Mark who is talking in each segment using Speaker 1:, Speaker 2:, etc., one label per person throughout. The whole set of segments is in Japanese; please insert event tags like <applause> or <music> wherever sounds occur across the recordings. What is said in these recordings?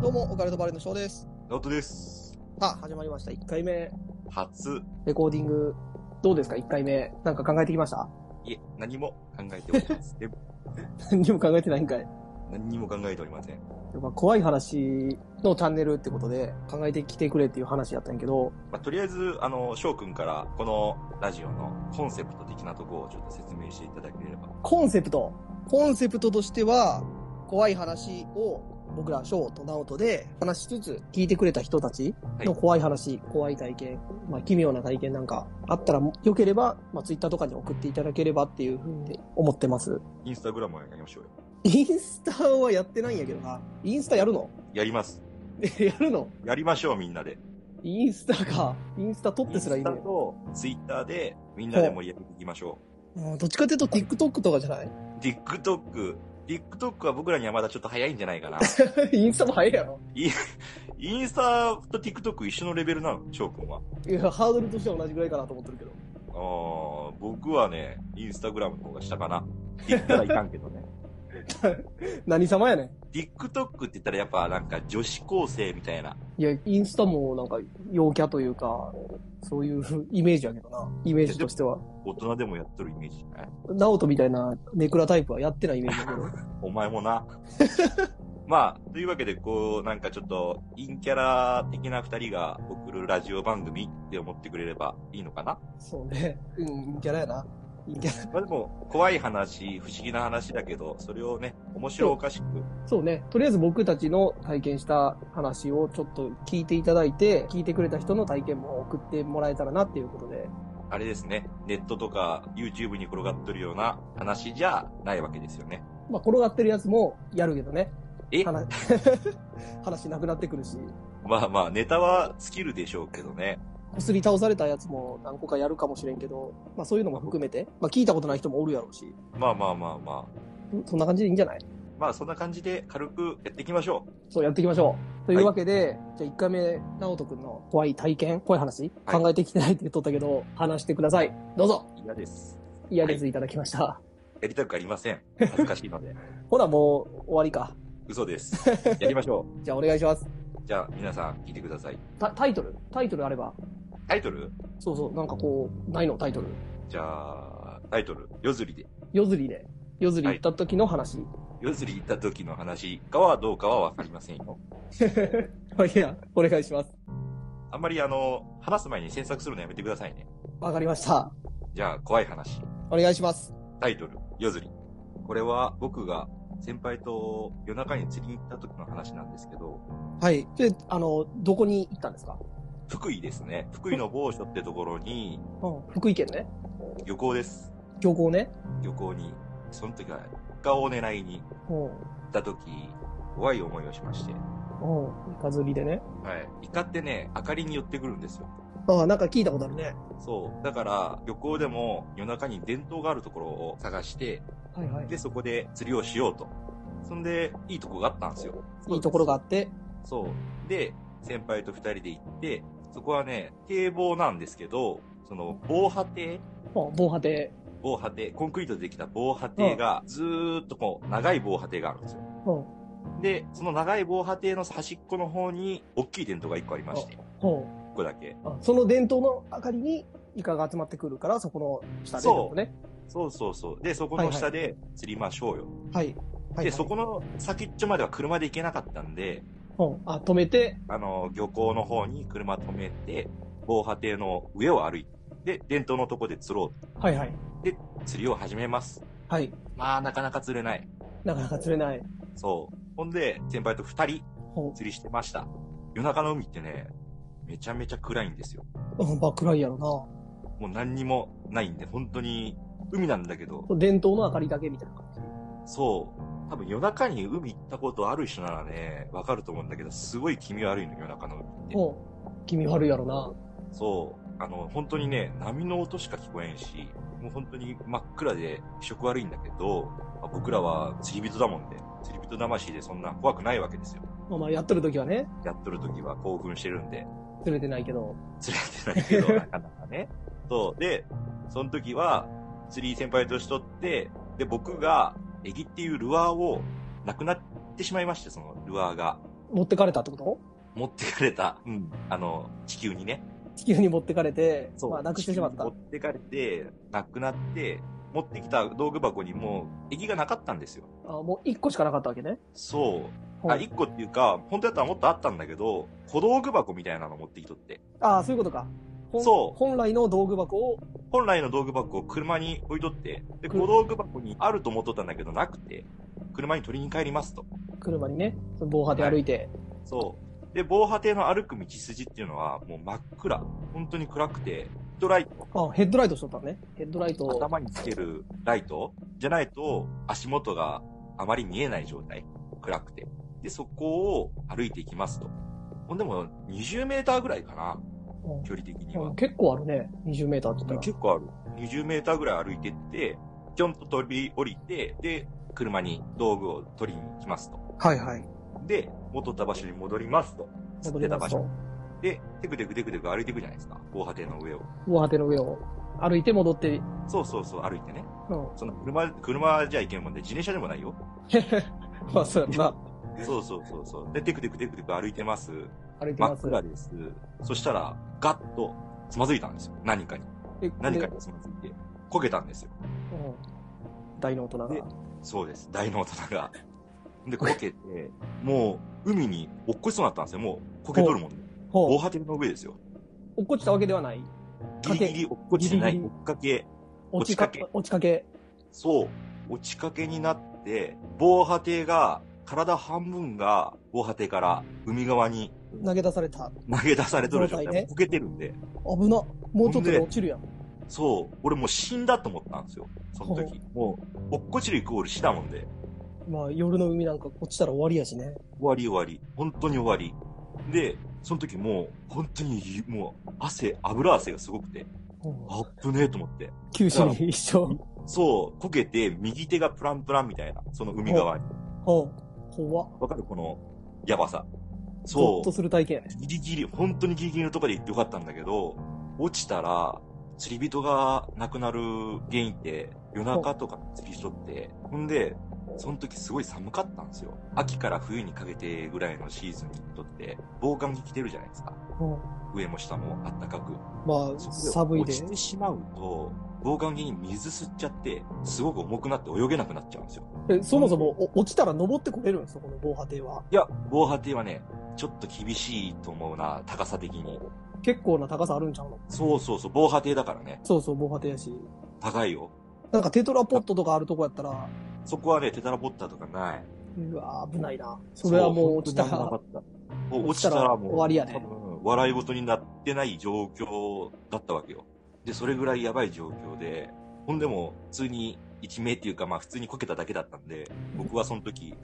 Speaker 1: どうも、オカルトバレーの翔です。
Speaker 2: 直人です。
Speaker 1: さあ、始まりました。1回目、
Speaker 2: 初。
Speaker 1: レコーディング、どうですか ?1 回目。なんか考えてきました <laughs>
Speaker 2: いえ、何も考えておりません。 <laughs> で
Speaker 1: 何にも考えてないんかい。
Speaker 2: 何にも考えておりません。
Speaker 1: まあ、怖い話のチャンネルってことで、考えてきてくれっていう話やったんやけど、
Speaker 2: まあ、とりあえず、あの、翔くんから、このラジオのコンセプト的なところをちょっと説明していただければ。
Speaker 1: コンセプト。コンセプトとしては、怖い話を僕ら、ショーとナオトで話しつつ、聞いてくれた人たちの怖い話、怖い体験、まあ、奇妙な体験なんかあったら、良ければ、まあ、ツイッターとかに送っていただければっていうふうに思ってます。
Speaker 2: インスタグラムをやりましょうよ。
Speaker 1: インスタはやってないんやけどな。インスタやるの <laughs>
Speaker 2: やります。
Speaker 1: やるの
Speaker 2: やりましょう、みんなで。
Speaker 1: インスタか。インスタ撮っ
Speaker 2: イ
Speaker 1: て
Speaker 2: ン
Speaker 1: すらい
Speaker 2: ス
Speaker 1: い
Speaker 2: タ
Speaker 1: ね。
Speaker 2: とツイッターで、みんなで盛り上げていきましょ
Speaker 1: うんどっちかっていうと TikTok とかじゃない
Speaker 2: う。TikTok。TikTok は僕らにはまだちょっと早いんじゃないかな。
Speaker 1: <laughs> インスタも早いやろ。
Speaker 2: インスタと TikTok 一緒のレベルなの、翔くんは。
Speaker 1: いや、ハードルとしては同じぐらいかなと思ってるけど。
Speaker 2: あー僕はね、インスタグラムの方が下かな。言ったらいかんけどね。
Speaker 1: 何様やね
Speaker 2: TikTok って言ったらやっぱなんか女子高生みたいな。
Speaker 1: ん。いや、インスタもなんか陽キャというか、そういう <laughs> イメージやけどな。イメージとしては。
Speaker 2: 大人でもやっとるイメージじゃない
Speaker 1: ナオトみたいなネクラタイプはやってないイメージだけ <laughs> ど。
Speaker 2: お前も <laughs> な。まあ、というわけでこう、なんかちょっと、陰キャラ的な二人が送るラジオ番組って思ってくれればいいのかな。
Speaker 1: そうね。うん、インキャラやな。インキャラ。
Speaker 2: まあでも、怖い話、不思議な話だけど、それをね、面白おかしく、
Speaker 1: そうね。とりあえず僕たちの体験した話をちょっと聞いていただいて、聞いてくれた人の体験も送ってもらえたらなっていうことで。
Speaker 2: あれですね、ネットとか YouTube に転がっとるような話じゃないわけですよね。
Speaker 1: まあ、転がってるやつもやるけどね。
Speaker 2: え
Speaker 1: 話 <laughs> 話なくなってくるし、
Speaker 2: まあまあ、ネタは尽きるでしょうけどね。
Speaker 1: こすり倒されたやつも何個かやるかもしれんけど、まあそういうのも含めて、まあ聞いたことない人もおるやろうし、
Speaker 2: まあまあまあまあ。
Speaker 1: そんな感じでいいんじゃない
Speaker 2: まあそんな感じで軽くやっていきましょ
Speaker 1: そう、やっていきましょう。というわけで、じゃあ1回目、直人くんの怖い体験、怖い話、
Speaker 2: はい
Speaker 1: 考えてきてないって言っとったけど、話してください。どうぞ
Speaker 2: う。嫌です。
Speaker 1: 嫌です、いただきました。
Speaker 2: やりたくありません。恥ずかしい <laughs> ので。
Speaker 1: ほら、もう終わりか。
Speaker 2: 嘘です。やりましょ
Speaker 1: じゃあお願いします。
Speaker 2: う。じゃあ皆さん聞いてください。
Speaker 1: タタイトルタイトルあれば。
Speaker 2: タイトル
Speaker 1: そうそう、なんかこう、ないのタイトル。
Speaker 2: じゃあ、タイトル。夜釣りで。
Speaker 1: 夜釣りで、夜釣り行った時の話。
Speaker 2: 夜釣り行った時の話かはどうかはわかりませんよ。
Speaker 1: <laughs> はい、いや、お願いします。
Speaker 2: あんまりあの、話す前に詮索するのやめてくださいね。
Speaker 1: わかりました。
Speaker 2: じゃあ、怖い話。
Speaker 1: お願いします。
Speaker 2: タイトル。夜釣り。これは僕が先輩と夜中に釣りに行った時の話なんですけど、
Speaker 1: はい。で、あの、どこに行ったんですか
Speaker 2: 福井ですね。福井の某所ってところに
Speaker 1: うん。福井県ね。
Speaker 2: 漁港です。
Speaker 1: 漁港ね。
Speaker 2: 漁港に。その時は、イカを狙いに
Speaker 1: うん。う
Speaker 2: 行った時、怖い思いをしまして。
Speaker 1: ん。イカ釣りでね。
Speaker 2: はい。イカってね、明かりに寄ってくるんですよ。
Speaker 1: ああ、なんか聞いたことあるね。
Speaker 2: そう。だから、漁港でも夜中に電灯があるところを探して、
Speaker 1: はいはい。
Speaker 2: で、そこで釣りをしようと。そんで、いいとこがあったんですよ。
Speaker 1: いいところがあって。
Speaker 2: そう。で、先輩と二人で行って、そこはね、堤防なんですけど、その、防波堤
Speaker 1: うん。防波堤。
Speaker 2: 防波堤、コンクリートでできた防波堤が、ずーっとこう、長い防波堤があるんですよ。
Speaker 1: うん。
Speaker 2: で、その長い防波堤の端っこの方に、大きいテントが1個ありまして、こ
Speaker 1: うん。
Speaker 2: こだけ。
Speaker 1: あその伝統の明かりにイカが集まってくるから、そこの下で。
Speaker 2: そう
Speaker 1: ね。
Speaker 2: そうそうそう。で、そこの下で釣りましょうよ。
Speaker 1: はい。はい。
Speaker 2: で、そこの先っちょまでは車で行けなかったんで、
Speaker 1: の。うん。あ、止めて。
Speaker 2: あの、漁港の方に車止めて、防波堤の上を歩いて、で、伝統のとこで釣ろうと。
Speaker 1: はいはい。
Speaker 2: 釣りを始めます。
Speaker 1: はい。
Speaker 2: まあ、なかなか釣れない。
Speaker 1: なかなか釣れない。
Speaker 2: そう。ほんで、先輩と二人、
Speaker 1: うん。
Speaker 2: 釣りしてました。夜中の海ってね、めちゃめちゃ暗いんですよ。
Speaker 1: うん。まあ、暗いやろ
Speaker 2: もう何にもないんで、本当に海なんだけど、
Speaker 1: な。伝統の明かりだけみたいな感
Speaker 2: そう。多分夜中に海行ったことある人ならね、わかると思うんだけど、すごい気味悪いの、夜中の海って。
Speaker 1: お気味悪いやろな。
Speaker 2: そう。あの、本当にね、波の音しか聞こえんし、もう本当に真っ暗で気色悪いんだけど、まあ僕らは釣り人だもんで、釣り人魂でそんな怖くないわけですよ。
Speaker 1: まあまあ、やっとるときはね、
Speaker 2: やっとる時は興奮してるんで、
Speaker 1: 釣れてないけど。
Speaker 2: 釣れてないけど、なかなか <laughs> ね。そう。で、その時は、釣り先輩としとって、で、僕が、エギっていうルアーを、なくなってしまいまして、そのルアーが。
Speaker 1: 持ってかれたってこと
Speaker 2: 持ってかれた、うん、あの、地球にね。
Speaker 1: 地球に持ってかれて、まあ、なくしてしまった
Speaker 2: 持っ。てかれて、なくなって、持ってきた道具箱にもう、液がなかったんですよ。
Speaker 1: あもう1個しかなかったわけね。
Speaker 2: そう。
Speaker 1: は
Speaker 2: あ、
Speaker 1: い
Speaker 2: 1個っていうか、本当だったらもっとあったんだけど、小道具箱みたいなの持ってきとって。
Speaker 1: ああ、そういうことか。ほん
Speaker 2: そう
Speaker 1: 本来の道具箱を、
Speaker 2: 本来の道具箱を車に置いとって、で、
Speaker 1: うん
Speaker 2: 小道具箱にあると思っとったんだけど、なくて、車に取りに帰りますと。
Speaker 1: 車にね、その防波堤歩いて、
Speaker 2: そう。で、防波堤の歩く道筋っていうのは、もう真っ暗。本当に暗くて、ヘッドライト、
Speaker 1: あ、ヘッドライトしとったのね。ヘッドライトを、
Speaker 2: 頭につけるライトじゃないと、足元があまり見えない状態。暗くて。で、そこを歩いていきますと。ほんでも、20メーターぐらいか
Speaker 1: う
Speaker 2: な。
Speaker 1: ん
Speaker 2: 距離的に
Speaker 1: う
Speaker 2: は
Speaker 1: ん。結構あるね。20メーターって言ったら。
Speaker 2: 結構ある。20メーターぐらい歩いてって、ぴょんと飛び降りて、で、車に道具を取りに行きますと。
Speaker 3: はいはい。
Speaker 2: で、元った場所に戻りますと。
Speaker 1: 戻ります
Speaker 2: 釣っ
Speaker 1: と
Speaker 2: て。で、テクテクテクテク歩いていくじゃないですか。防波堤の上を。
Speaker 1: 防波堤の上を歩いて戻って、
Speaker 2: そうそうそう、歩いてね。 <laughs>
Speaker 1: うん。
Speaker 2: その車、車じゃいけんもんで、自転車でもないよ。
Speaker 1: まあ、そうやろな。
Speaker 2: <laughs> そうそうそうそう。で、テクテクテクテク歩いてます。
Speaker 1: 歩いて
Speaker 2: 真
Speaker 1: ま
Speaker 2: っ
Speaker 1: す。
Speaker 2: 暗です。そしたら、ガッとつまずいたんですよ。何かに。
Speaker 1: え
Speaker 2: 何
Speaker 1: で
Speaker 2: かにつまずいて、焦げたんですよ。
Speaker 1: うん大の大人が
Speaker 2: で。そうです。大の大人が。で、こけて、もう、海に落っこちそうになったんですよ。もう、こけとるもん、ね。
Speaker 1: ほう。
Speaker 2: 防
Speaker 1: 落
Speaker 2: 波堤の上ですよ。
Speaker 1: っこちたわけではない。
Speaker 2: ギリギリ落っこちてない。
Speaker 1: ギリギ
Speaker 2: 追っかけ。
Speaker 1: 落ちかけ。落ちかけ。
Speaker 2: そう。落ちかけになって、防波堤が、体半分が防波堤から海側に
Speaker 1: 投げ出された。
Speaker 2: 投げ出されとる状態。
Speaker 1: 状態ね
Speaker 2: こけてるんで。
Speaker 1: 危な。もうちょっとで落ちるやん。
Speaker 2: そう。俺もう死んだと思ったんですよ。その時。もう、落っこちるイコール死だもんで。
Speaker 1: まあ、夜の海なんか落ちたら終わりやしね。
Speaker 2: 終わり終わり。本当に終わり。で、その時もう、本当に、もう、汗、油汗がすごくて、
Speaker 1: うん
Speaker 2: あっぶねえと思って。
Speaker 1: 九死に一生。
Speaker 2: そう、こけて、右手がプランプランみたいな、その海側に。
Speaker 1: ほう。怖っ。
Speaker 2: わかるこの、やばさ。
Speaker 1: ゾ
Speaker 2: そ
Speaker 1: ッとする体験やね。
Speaker 2: う、ギリギリ、本当にギリギリのとこで行ってよかったんだけど、落ちたら、釣り人が亡くなる原因って、夜中とか釣り人って、ほんで、その時すごい寒かったんですよ。秋から冬にかけてぐらいのシーズンにとって、防寒着着てるじゃないですか。
Speaker 1: うん
Speaker 2: 上も下もあったかく。
Speaker 1: まあ、
Speaker 2: そこ
Speaker 1: 寒
Speaker 2: で
Speaker 1: い
Speaker 2: 落
Speaker 1: で。
Speaker 2: ちてしまうと、防寒着に水吸っちゃって、すごく重くなって泳げなくなっちゃうんですよ。
Speaker 1: え、そもそもお落ちたら登ってこれるんですよ、この防波堤は。
Speaker 2: いや、防波堤はね、ちょっと厳しいと思うな、高さ的に。
Speaker 1: 結構な高さあるんちゃうの
Speaker 2: そうそうそう、防波堤だからね、
Speaker 1: そうそう、防波堤やし。
Speaker 2: 高いよ。
Speaker 1: なんかテトラポットとかあるとこやったら、
Speaker 2: そこはね、テタラボッターとかない。
Speaker 1: うわー危ないな。それはもう落ちた
Speaker 2: そ
Speaker 1: ら
Speaker 2: う本。当に危なかったもう落
Speaker 1: 落
Speaker 2: ち
Speaker 1: ち
Speaker 2: た
Speaker 1: たら
Speaker 2: らもう、
Speaker 1: 終わりやね
Speaker 2: 多分笑い事になってない状況だったわけよ。で、それぐらいやばい状況で、ほんでも、普通に一命っていうか、まあ普通にこけただけだったんで、僕はその時、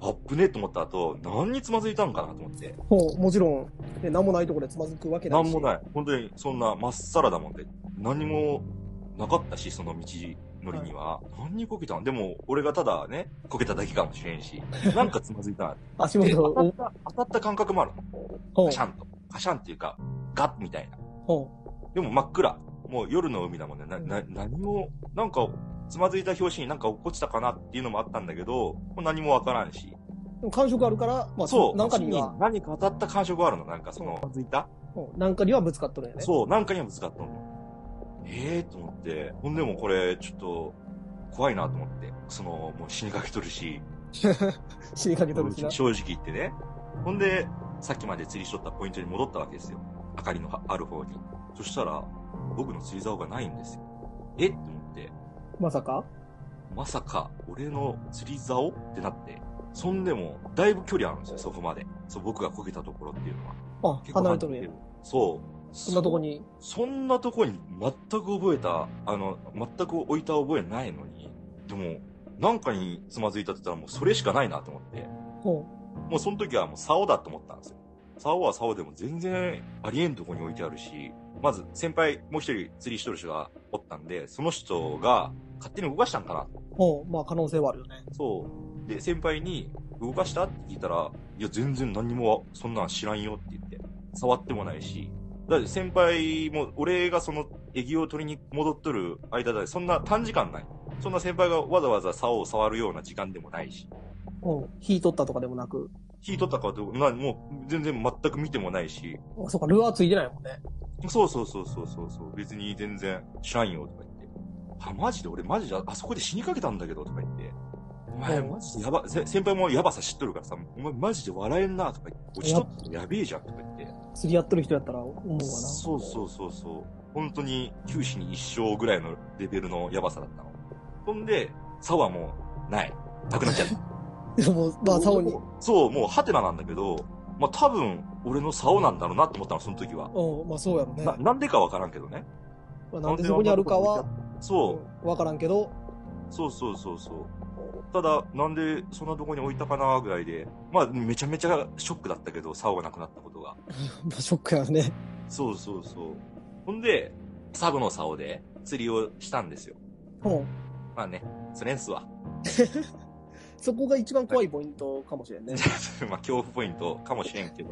Speaker 2: あっぶねえと思った後、何につまずいたんかなと思って。
Speaker 1: もうもちろん、ね、何もないところでつまずくわけない
Speaker 2: 何
Speaker 1: し。
Speaker 2: も
Speaker 1: い。
Speaker 2: ない。本当に、そんな、まっさらだもんで。何もなかったし、その道のりには。何にこけたんでも、俺がただね、こけただけかもしれんし、なんかつまずいたな。
Speaker 1: 足 <laughs>
Speaker 2: で
Speaker 1: 元
Speaker 2: 当たっ
Speaker 1: を、
Speaker 2: た、当たった感覚もある。
Speaker 1: ほう
Speaker 2: カシャンと。カシャンっていうか、ガッみたいな。
Speaker 1: ほ
Speaker 2: でも真っ暗。もう夜の海だもんね。な、な、何も、なんか、つまずいた拍子になんか落っこちたかなっていうのもあったんだけど、もう何もわからんし。
Speaker 1: う。でも感触あるから、まあ、
Speaker 2: そう。
Speaker 1: なんかに
Speaker 2: に
Speaker 1: は、
Speaker 2: 何か当たった感触があるの。なんかその、つまずいた
Speaker 1: うんなんかにはぶつかっとるんやね。
Speaker 2: そう、なんかにもぶつかったの。ええー、と思って、ほんでもこれ、ちょっと、怖いなと思って、その、もう死にかけとるし、
Speaker 1: 死にかけとるしな。
Speaker 2: 正直言ってね。ほんで、さっきまで釣りしとったポイントに戻ったわけですよ。明かりのある方に。そしたら、僕の釣り竿がないんですよ。えって思って、
Speaker 1: まさか
Speaker 2: まさか、俺の釣り竿ってなって、そんでも、だいぶ距離あるんですよ、そこまで。そう、僕がこけたところっていうのは。
Speaker 1: あ、
Speaker 2: 結構
Speaker 1: 離れとるんや。
Speaker 2: そう。
Speaker 1: そんなとこに。
Speaker 2: そんなとこに全く覚えた、あの、全く置いた覚えないのに、でも、なんかにつまずいたって言ったらもうそれしかないなと思って、
Speaker 1: ほ
Speaker 2: もうその時はもう竿だと思ったんですよ。竿は竿でも全然ありえんとこに置いてあるし、まず先輩もう一人釣りしとる人がおったんで、その人が勝手に動かしたんかな
Speaker 1: う。ほう。まあ可能性はあるよね。
Speaker 2: そう。で、先輩に、動かしたって聞いたら、いや、全然何も、そんなん知らんよって言って、触ってもないし、だって先輩も、俺がその、エギを取りに戻っとる間だそんな短時間ない。そんな先輩がわざわざ竿を触るような時間でもないし、
Speaker 1: ほう。火取ったとかでもなく。
Speaker 2: 火取ったかと、な、もう、全然全く見てもないし、
Speaker 1: あそうか、ルアーついてないもんね。
Speaker 2: そうそうそうそうそうそう、別に全然知らんよとか言って、あ、マジで俺マジでああそこで死にかけたんだけどとか言って、お前
Speaker 1: うん
Speaker 2: マジでやば、せ先輩もやばさ知っとるからさ、お前マジで笑えんなとか言って、落ちとったらやべえじゃんとか言って、
Speaker 1: 釣りやってる人やったら思うわな。
Speaker 2: そうそうそうそう、本当に九死に一生ぐらいのレベルのやばさだったの。ほんで、差はもうない。なくなっちゃった。
Speaker 1: でも、まあ、竿に。うん。
Speaker 2: そう、もうハテナなんだけど、まあ多分俺の竿なんだろうなって思ったの、その時は。
Speaker 1: まあ、そうやろね。
Speaker 2: な、なんでかわからんけどね。
Speaker 1: まあなんでそこにあるかは、
Speaker 2: そう。
Speaker 1: うんわからんけど、 <laughs>
Speaker 2: そうそうそうそう。ただ、なんでそんなとこに置いたかなぐらいで、まあ、めちゃめちゃショックだったけど、竿がなくなったことが。
Speaker 1: まあ、ショックやね。
Speaker 2: そうそうそう。ほんで、サブの竿で釣りをしたんですよ。
Speaker 1: ほう。
Speaker 2: まあね、釣れんすわ。 <laughs>
Speaker 1: そこが一番怖いポイントかもしれんね。
Speaker 2: まあ、恐怖ポイントかもしれんけど、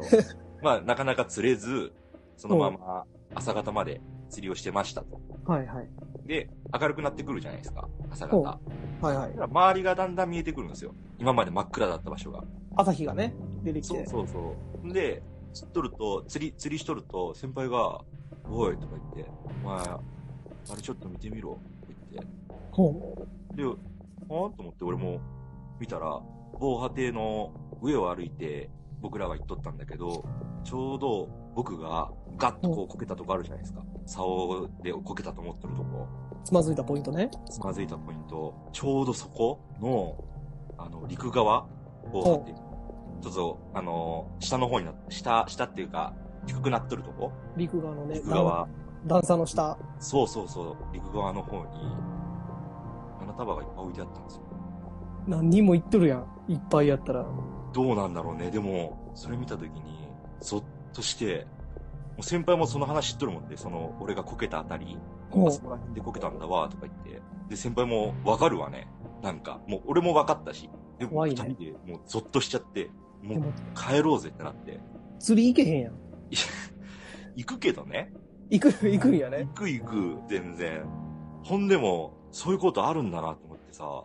Speaker 2: まあ、なかなか釣れず、そのまま朝方まで釣りをしてましたと。
Speaker 1: はいはい。
Speaker 2: で、明るくなってくるじゃないですか、朝方。
Speaker 1: うん
Speaker 2: だか
Speaker 1: はいはい。
Speaker 2: ら周りがだんだん見えてくるんですよ。今まで真っ暗だった場所が。
Speaker 1: 朝日がね、出てき
Speaker 2: そう
Speaker 1: て。
Speaker 2: そうそう。で、釣っとると、釣り、釣りしとると、先輩が、おいとか言って、お前、あれちょっと見てみろ、って言っ
Speaker 1: ほう。
Speaker 2: て。で、あと思って俺も見たら、防波堤の上を歩いて、僕らは行っとったんだけど、ちょうど僕がガッとこうこけたとこあるじゃないですか。竿でこけたと思ってるとこ、
Speaker 1: つまずいたポイントね。
Speaker 2: つまずいたポイント、ちょうどそこの、あの、陸側、防波堤。ちょっと、あのー下の方になって、下、下っていうか、低くなっとるとこ
Speaker 1: 陸側のね、
Speaker 2: 陸側。
Speaker 1: 段段差の下。
Speaker 2: そうそうそう、陸側の方に、花束がいっぱい置いてあったんですよ。
Speaker 1: 何人も行っとるやん。いっぱいやったら。
Speaker 2: どうなんだろうね。でも、それ見た時に、ゾッとして、もう先輩もその話知っとるもんで、その、俺がこけたあたり、
Speaker 1: ほう
Speaker 2: あそこら辺でこけたんだわ、とか言って。で、先輩もわかるわね。なんか、もう俺もわかったし。でも、
Speaker 1: 怖い
Speaker 2: 二
Speaker 1: ね
Speaker 2: 人でもうゾッとしちゃって、も
Speaker 1: で
Speaker 2: う
Speaker 1: も、
Speaker 2: 帰ろうぜってなって。
Speaker 1: 釣り行けへんやん。
Speaker 2: 行くけどね。
Speaker 1: 行く、行くんやね。
Speaker 2: 行く行く、全然。ほんでも、そういうことあるんだなと思ってさ、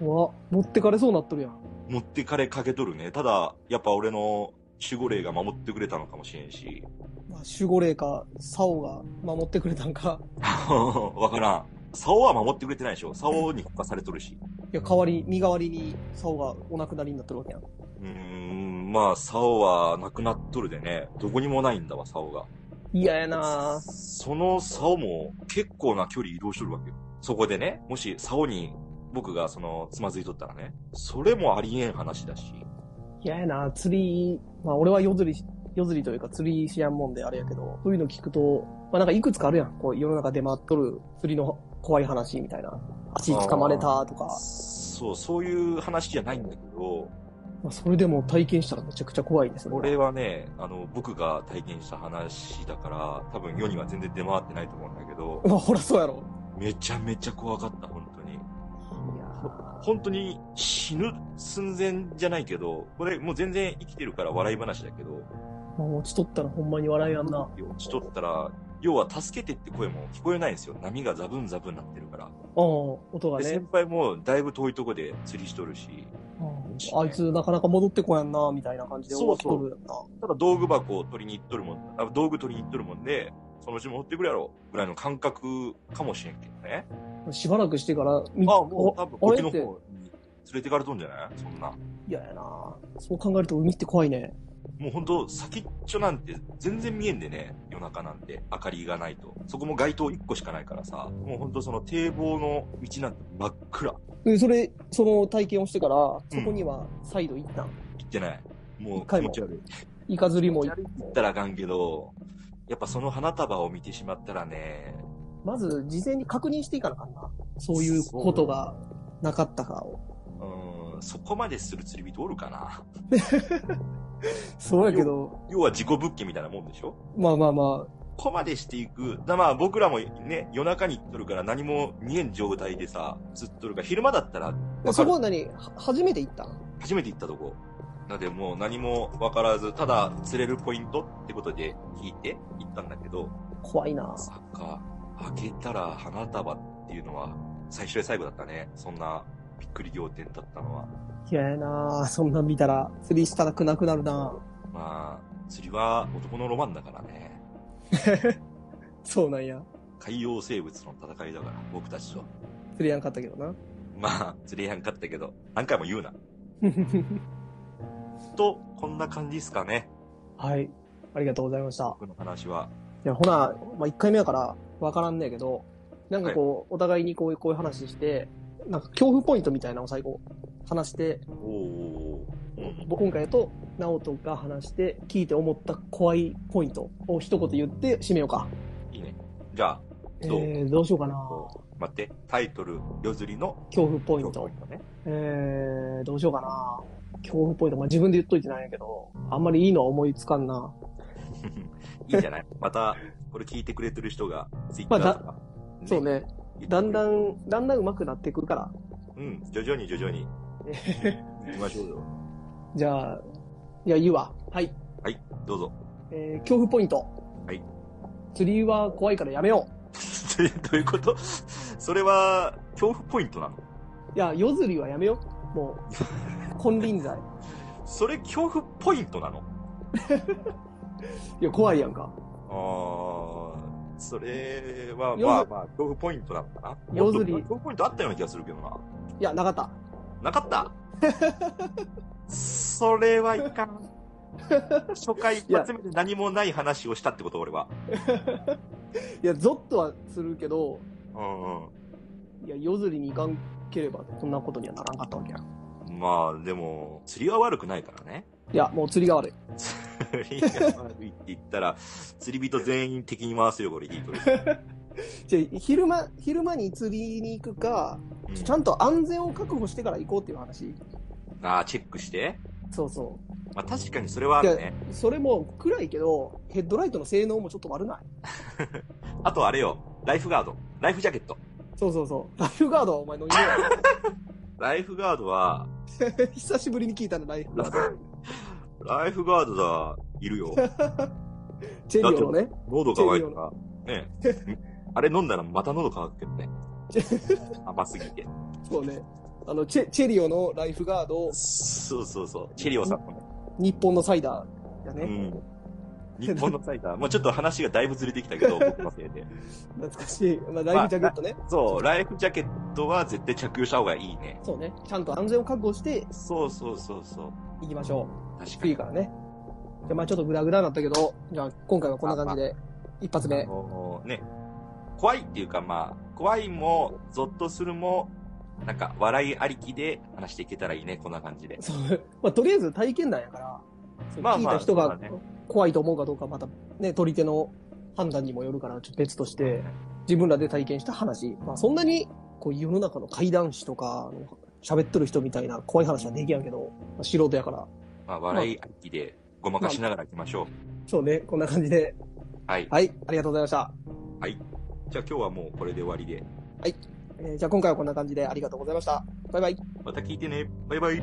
Speaker 1: 怖っ持ってかれそうなっとるやん。
Speaker 2: 持ってかれかけとるね。ただ、やっぱ俺の守護霊が守ってくれたのかもしれんし、 <laughs>
Speaker 1: まあ、守護霊か、竿が守ってくれたんか。
Speaker 2: わからん。竿は守ってくれてないでしょ。竿にかされとるし。
Speaker 1: いや、代わり、身代わりに竿がお亡くなりになってるわけやん。
Speaker 2: うーん、まあ、竿はなくなっとるでね。どこにもないんだわ、竿が。
Speaker 1: 嫌やなぁ。
Speaker 2: その竿も結構な距離移動しとるわけよ。そこでね、もし竿に僕がその、つまずいとったらね、それもありえん話だし。
Speaker 1: 嫌やなぁ。釣り、まあ、俺は夜釣りし、夜釣りというか釣りしやんもんであれやけど、そういうの聞くと、まあ、なんかいくつかあるやん。こう、世の中出回っとる釣りの怖い話みたいな。足掴まれたとか。
Speaker 2: そう、そういう話じゃないんだけど、
Speaker 1: まあ、それでも体験したらめちゃくちゃ怖いですね。
Speaker 2: 俺はね、あの、僕が体験した話だから、多分世には全然出回ってないと思うんだけど、
Speaker 1: まあ、ほら、そうやろ。
Speaker 2: めちゃめちゃ怖かった、本当に。
Speaker 1: いやー
Speaker 2: 本当に死ぬ寸前じゃないけど、これもう全然生きてるから笑い話だけど、
Speaker 1: まあ、落ちとったらほんまに笑いやんな。
Speaker 2: 落ちとったら、要は助けてって声も聞こえないんですよ。波がザブンザブンなってるから。
Speaker 1: うん、音が
Speaker 2: で、
Speaker 1: ね
Speaker 2: 先。輩もだいぶ遠いとこで釣りしとるし、
Speaker 1: うんあいつなかなか戻ってこやんな、みたいな感じで
Speaker 2: そう
Speaker 1: 落
Speaker 2: そう
Speaker 1: とるやんな。
Speaker 2: ただ道具箱を取りに行っとるもん、あ道具取りに行っとるもんで、そのうち持ってくるやろ、ぐらいの感覚かもしれんけどね。
Speaker 1: しばらくしてから、あ、
Speaker 2: あ、もう多分こっちの
Speaker 1: あれって
Speaker 2: 方に連れてかれとんじゃないそんな。
Speaker 1: 嫌やなそう考えると海って怖いね。
Speaker 2: もうほんと、先っちょなんて全然見えんでね、夜中なんて、明かりがないと。そこも街灯1個しかないからさ、もうほんとその堤防の道なんて真っ暗。
Speaker 1: で、それ、その体験をしてから、そこには再度行ったん。
Speaker 2: 行ってない。もう
Speaker 1: 一
Speaker 2: 気
Speaker 1: 回
Speaker 2: 持
Speaker 1: も
Speaker 2: ち悪い。
Speaker 1: イカ釣りも
Speaker 2: 気持ち悪いって言ったらあかんけど、やっぱその花束を見てしまったらね、
Speaker 1: まず事前に確認していかなあかんな。そういうことがなかったかを。
Speaker 2: うーん、そこまでする釣り人おるかな。
Speaker 1: そうやけど、
Speaker 2: 要は自己物件みたいなもんでしょ
Speaker 1: まあまあまあ、
Speaker 2: ここまでしていく。だまあ僕らもね、夜中に行っとるから何も見えん状態でさ、ずっとるから、昼間だったら
Speaker 1: まあ、そこは何は初めて行った
Speaker 2: 初めて行ったとこ。なのでもう何もわからず、ただ釣れるポイントってことで聞いて行ったんだけど、
Speaker 1: 怖いな
Speaker 2: まさか、開けたら花束っていうのは最初で最後だったね。そんなびっくり仰天だったのは。
Speaker 1: 嫌やなそんなん見たら、釣りしたくなくなるな
Speaker 2: まあ、釣りは男のロマンだからね。
Speaker 1: そうなんや。
Speaker 2: 海洋生物の戦いだから、僕たちと。
Speaker 1: 釣りやんかったけどな。 <laughs>
Speaker 2: まあ、釣りやんかったけど、何回も言うな。と、こんな感じですかね。
Speaker 1: はい。ありがとうございました。
Speaker 2: 僕の話は。
Speaker 1: いや、ほな、まあ、1回目やから分からんねやけど、なんかこう、お互いにこういう、こういう話して、なんか恐怖ポイントみたいなのを最後、話して、
Speaker 2: おおー。うん。
Speaker 1: 僕今回やと、ナオトが話して、聞いて思った怖いポイントを一言言って締めようか。
Speaker 2: いいね。じゃあ、
Speaker 1: え
Speaker 2: どう
Speaker 1: ー、どうしようかな
Speaker 2: 待って、タイトル、夜釣りの
Speaker 1: 恐怖ポイント
Speaker 2: ポ。イントね。
Speaker 1: えー、どうしようかな恐怖ポイント。まあ、自分で言っといてないんやけど、あんまりいいのは思いつかんな。
Speaker 2: いいんじゃない
Speaker 1: <laughs>
Speaker 2: また、これ聞いてくれてる人が、ツイッターとか、
Speaker 1: そう。ね。
Speaker 2: 言ってくれる
Speaker 1: だんだ。ん、だんだん上手くなってくるから。
Speaker 2: うん、徐々に徐
Speaker 1: <laughs>
Speaker 2: 々に。行きましょうよ。
Speaker 1: じゃあ、いや、いいわ。はい。
Speaker 2: はい、どうぞ。 <laughs>
Speaker 1: えー恐怖ポイント。
Speaker 2: はい。
Speaker 1: 釣りは怖いからやめよ
Speaker 2: どういうことそれは、恐怖ポイントなの
Speaker 1: う。いや、夜釣りはやめよう。もう、金輪際。
Speaker 2: それ恐怖ポイントなの
Speaker 1: いや、怖いやんか。
Speaker 2: ああ、それは、
Speaker 1: 夜
Speaker 2: まあまあ、恐怖ポイントなのかな。
Speaker 1: 夜釣り
Speaker 2: もっと恐怖ポイントあったような気がするけどな。
Speaker 1: いや、なかった。
Speaker 2: なかった
Speaker 1: <laughs>
Speaker 2: それはいかん。初回一発目で何もない話をしたってこと、俺は。
Speaker 1: いや、ゾッとはするけど、
Speaker 2: うん
Speaker 1: いや、夜釣りに行かんければ、こんなことにはならんかったわけや。
Speaker 2: うん。まあ、でも、釣りは悪くないから
Speaker 1: <laughs>
Speaker 2: ね。
Speaker 1: いや、もう釣りが悪い。
Speaker 2: 釣りが悪いって言ったら、釣り人全員敵に回すよ、これ、ヒートで。
Speaker 1: じゃあ昼間、昼間に釣りに行くか、
Speaker 2: う
Speaker 1: <laughs>
Speaker 2: ん
Speaker 1: ちゃんと安全を確保してから行こうっていう話。
Speaker 2: ああ、チェックして。
Speaker 1: そうそ
Speaker 2: まあ、確かにそれはあるね。
Speaker 1: う。それも暗いけど、ヘッドライトの性能もちょっと悪ない。
Speaker 2: あと、あれよ、ライフガード。ライフジャケット。
Speaker 1: そうそうそう。ライフガードはお前の家
Speaker 2: ライフガードは、
Speaker 1: や。 <laughs> 久しぶりに聞いたんだ、ライフガード。
Speaker 2: ライフガードだ、い
Speaker 1: <laughs>
Speaker 2: るよ。
Speaker 1: チェリオのね。
Speaker 2: 喉乾いたら、ねえあれ飲んだらまた喉乾くけどね。甘すぎて。
Speaker 1: そうね。あの、チェ、チェリオのライフガード、
Speaker 2: そうそうそう。チェリオさんもね。
Speaker 1: 日本のサイダーだ
Speaker 2: う
Speaker 1: ね。
Speaker 2: ん。日本のサイダー。もうちょっと話がだいぶずれてきた
Speaker 1: <laughs>
Speaker 2: けど、僕のせいで。
Speaker 1: 懐かしい。まあ、ライフジャケットね。
Speaker 2: そう、ライフジャケットは絶対着用した方がいいね。
Speaker 1: そうね。ちゃんと安全を確保して
Speaker 2: そうそうそうそう。
Speaker 1: 行きましょ
Speaker 2: 確
Speaker 1: う。
Speaker 2: かに
Speaker 1: 次。からね。じゃあまあちょっとグダグダになったけど、じゃあ今回はこんな感じで、一発目
Speaker 2: あ。のね、怖いっていうかまあ、怖いも、ゾッとするも、なんか笑いありきで話していけたらいいね、こんな感じで。
Speaker 1: そう。 <laughs> まあとりあえず体験談やから、そう
Speaker 2: まあ
Speaker 1: 聞い
Speaker 2: まあ
Speaker 1: た人
Speaker 2: そ
Speaker 1: が
Speaker 2: うだね
Speaker 1: 怖いと思うかどうかまたね、取り手の判断にもよるから、ちょっと別として、自分らで体験した話。まあそんなに、こう世の中の怪談師とか、あの喋っとる人みたいな怖い話はできやんけど、まあ、素人やから。
Speaker 2: まあ、笑いありきでごまかしながら行きましょう。
Speaker 1: そうね、こんな感じで。
Speaker 2: はい。
Speaker 1: はい、ありがとうございました。
Speaker 2: はい。じゃあ今日はもうこれで終わりで。
Speaker 1: えーじゃあ今回はこんな感じでありがとうございました。バイバイ。
Speaker 2: また聞いてね。バイバイ。